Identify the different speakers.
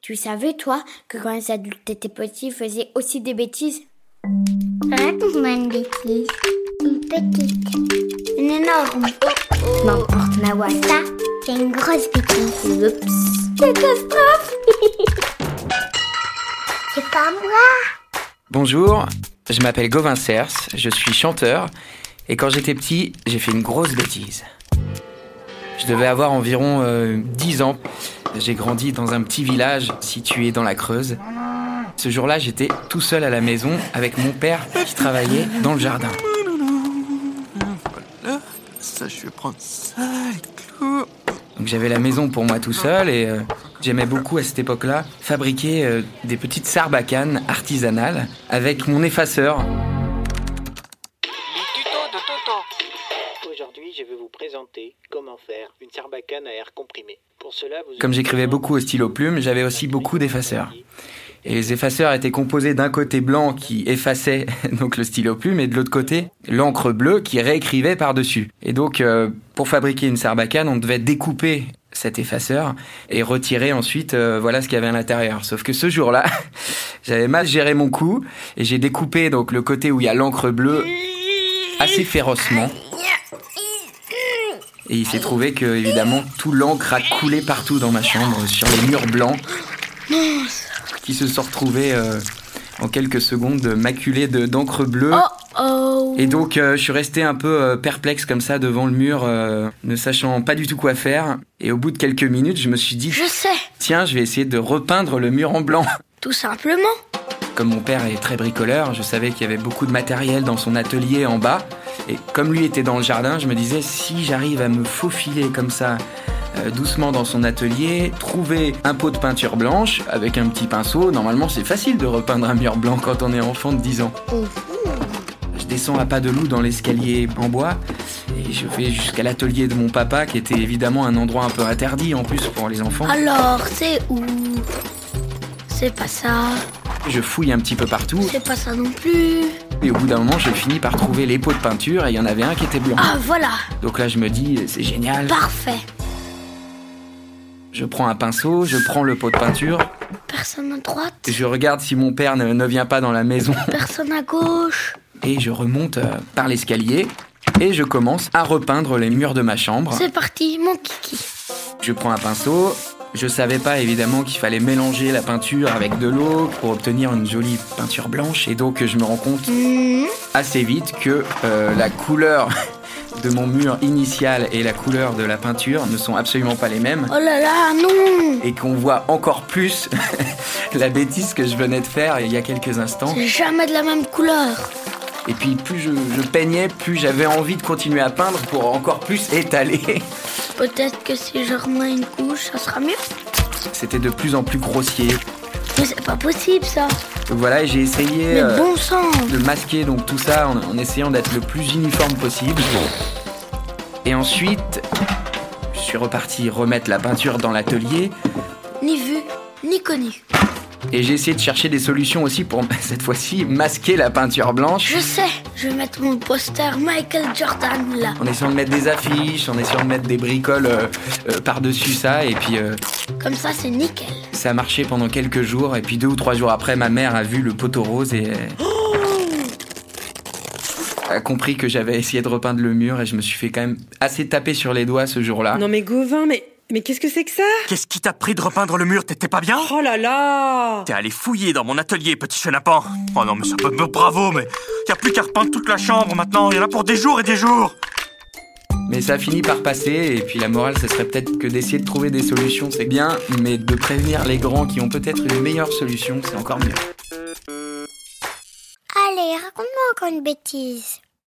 Speaker 1: Tu savais, toi, que quand les adultes étaient petits, ils faisaient aussi des bêtises
Speaker 2: Raconte-moi une bêtise.
Speaker 1: Une petite.
Speaker 2: Une énorme.
Speaker 1: N'importe, Mawa.
Speaker 2: Ça, c'est une grosse bêtise.
Speaker 1: Oups.
Speaker 2: Catastrophe C'est pas moi
Speaker 3: Bonjour, je m'appelle Gauvin Cers, je suis chanteur et quand j'étais petit, j'ai fait une grosse bêtise. Je devais avoir environ euh, 10 ans. J'ai grandi dans un petit village situé dans la Creuse. Ce jour-là, j'étais tout seul à la maison avec mon père qui travaillait dans le jardin.
Speaker 4: Voilà, ça je vais prendre ça, les clous.
Speaker 3: Donc j'avais la maison pour moi tout seul et euh, j'aimais beaucoup à cette époque-là fabriquer euh, des petites sarbacanes artisanales avec mon effaceur.
Speaker 5: Les tutos de Toto. Aujourd'hui, je vais vous présenter comment faire une sarbacane à air comprimé. Pour cela, vous
Speaker 3: Comme j'écrivais beaucoup au stylo plume, j'avais aussi beaucoup d'effaceurs. Et les effaceurs étaient composés d'un côté blanc qui effaçait donc le stylo plume et de l'autre côté l'encre bleue qui réécrivait par-dessus. Et donc euh, pour fabriquer une sarbacane, on devait découper cet effaceur et retirer ensuite euh, voilà ce qu'il y avait à l'intérieur. Sauf que ce jour-là, j'avais mal géré mon coup et j'ai découpé donc le côté où il y a l'encre bleue assez férocement. Et il s'est trouvé que évidemment tout l'encre a coulé partout dans ma chambre sur les murs blancs qui se sont retrouvés euh, en quelques secondes maculés de- d'encre bleue.
Speaker 1: Oh
Speaker 3: Et donc euh, je suis resté un peu euh, perplexe comme ça devant le mur, euh, ne sachant pas du tout quoi faire. Et au bout de quelques minutes, je me suis dit,
Speaker 1: Je sais,
Speaker 3: tiens, je vais essayer de repeindre le mur en blanc.
Speaker 1: tout simplement.
Speaker 3: Comme mon père est très bricoleur, je savais qu'il y avait beaucoup de matériel dans son atelier en bas. Et comme lui était dans le jardin, je me disais si j'arrive à me faufiler comme ça euh, doucement dans son atelier, trouver un pot de peinture blanche avec un petit pinceau, normalement c'est facile de repeindre un mur blanc quand on est enfant de 10 ans. Je descends à pas de loup dans l'escalier en bois et je vais jusqu'à l'atelier de mon papa qui était évidemment un endroit un peu interdit en plus pour les enfants.
Speaker 1: Alors, c'est où C'est pas ça.
Speaker 3: Je fouille un petit peu partout
Speaker 1: C'est pas ça non plus.
Speaker 3: Et au bout d'un moment, je finis par trouver les pots de peinture et il y en avait un qui était blanc.
Speaker 1: Ah, voilà.
Speaker 3: Donc là, je me dis, c'est génial.
Speaker 1: Parfait.
Speaker 3: Je prends un pinceau, je prends le pot de peinture,
Speaker 1: Personne à droite,
Speaker 3: je regarde si mon père ne, ne vient pas dans la maison
Speaker 1: personne à gauche.
Speaker 3: et je remonte euh, par l'escalier et je commence à repeindre les murs de ma chambre.
Speaker 1: C'est parti, mon kiki.
Speaker 3: Je prends un pinceau. Je savais pas évidemment qu'il fallait mélanger la peinture avec de l'eau pour obtenir une jolie peinture blanche et donc je me rends compte
Speaker 1: Hmm,
Speaker 3: assez vite que euh, la couleur de mon mur initial et la couleur de la peinture ne sont absolument pas les mêmes
Speaker 1: Oh là là, non
Speaker 3: et qu'on voit encore plus la bêtise que je venais de faire il y a quelques instants.
Speaker 1: C'est jamais de la même couleur.
Speaker 3: Et puis plus je, je peignais, plus j'avais envie de continuer à peindre pour encore plus étaler.
Speaker 1: Peut-être que si je remets une couche, ça sera mieux.
Speaker 3: C'était de plus en plus grossier.
Speaker 1: Mais c'est pas possible ça.
Speaker 3: Donc voilà, et j'ai essayé
Speaker 1: Mais
Speaker 3: euh,
Speaker 1: bon sang.
Speaker 3: de masquer donc tout ça en, en essayant d'être le plus uniforme possible. Et ensuite, je suis reparti remettre la peinture dans l'atelier.
Speaker 1: Ni vu, ni connu.
Speaker 3: Et j'ai essayé de chercher des solutions aussi pour, cette fois-ci, masquer la peinture blanche.
Speaker 1: Je sais, je vais mettre mon poster Michael Jordan là.
Speaker 3: En essayant de mettre des affiches, en essayant de mettre des bricoles euh, euh, par-dessus ça. Et puis, euh,
Speaker 1: Comme ça, c'est nickel.
Speaker 3: ça a marché pendant quelques jours. Et puis, deux ou trois jours après, ma mère a vu le poteau rose et... euh, a compris que j'avais essayé de repeindre le mur. Et je me suis fait quand même assez taper sur les doigts ce jour-là.
Speaker 6: Non mais Gauvin, mais, mais qu'est-ce que c'est que ça
Speaker 4: Qu'est-ce qui t'a pris de repeindre le mur T'étais pas bien
Speaker 6: Oh là là
Speaker 4: T'es allé fouiller dans mon atelier, petit chenapan. Oh non, mais ça peut me bravo, mais y a plus qu'à repeindre toute la chambre maintenant. Y en a pour des jours et des jours.
Speaker 3: Mais ça finit par passer, et puis la morale, ce serait peut-être que d'essayer de trouver des solutions, c'est bien, mais de prévenir les grands qui ont peut-être une meilleure solution, c'est encore mieux.
Speaker 2: Allez, raconte-moi encore une bêtise.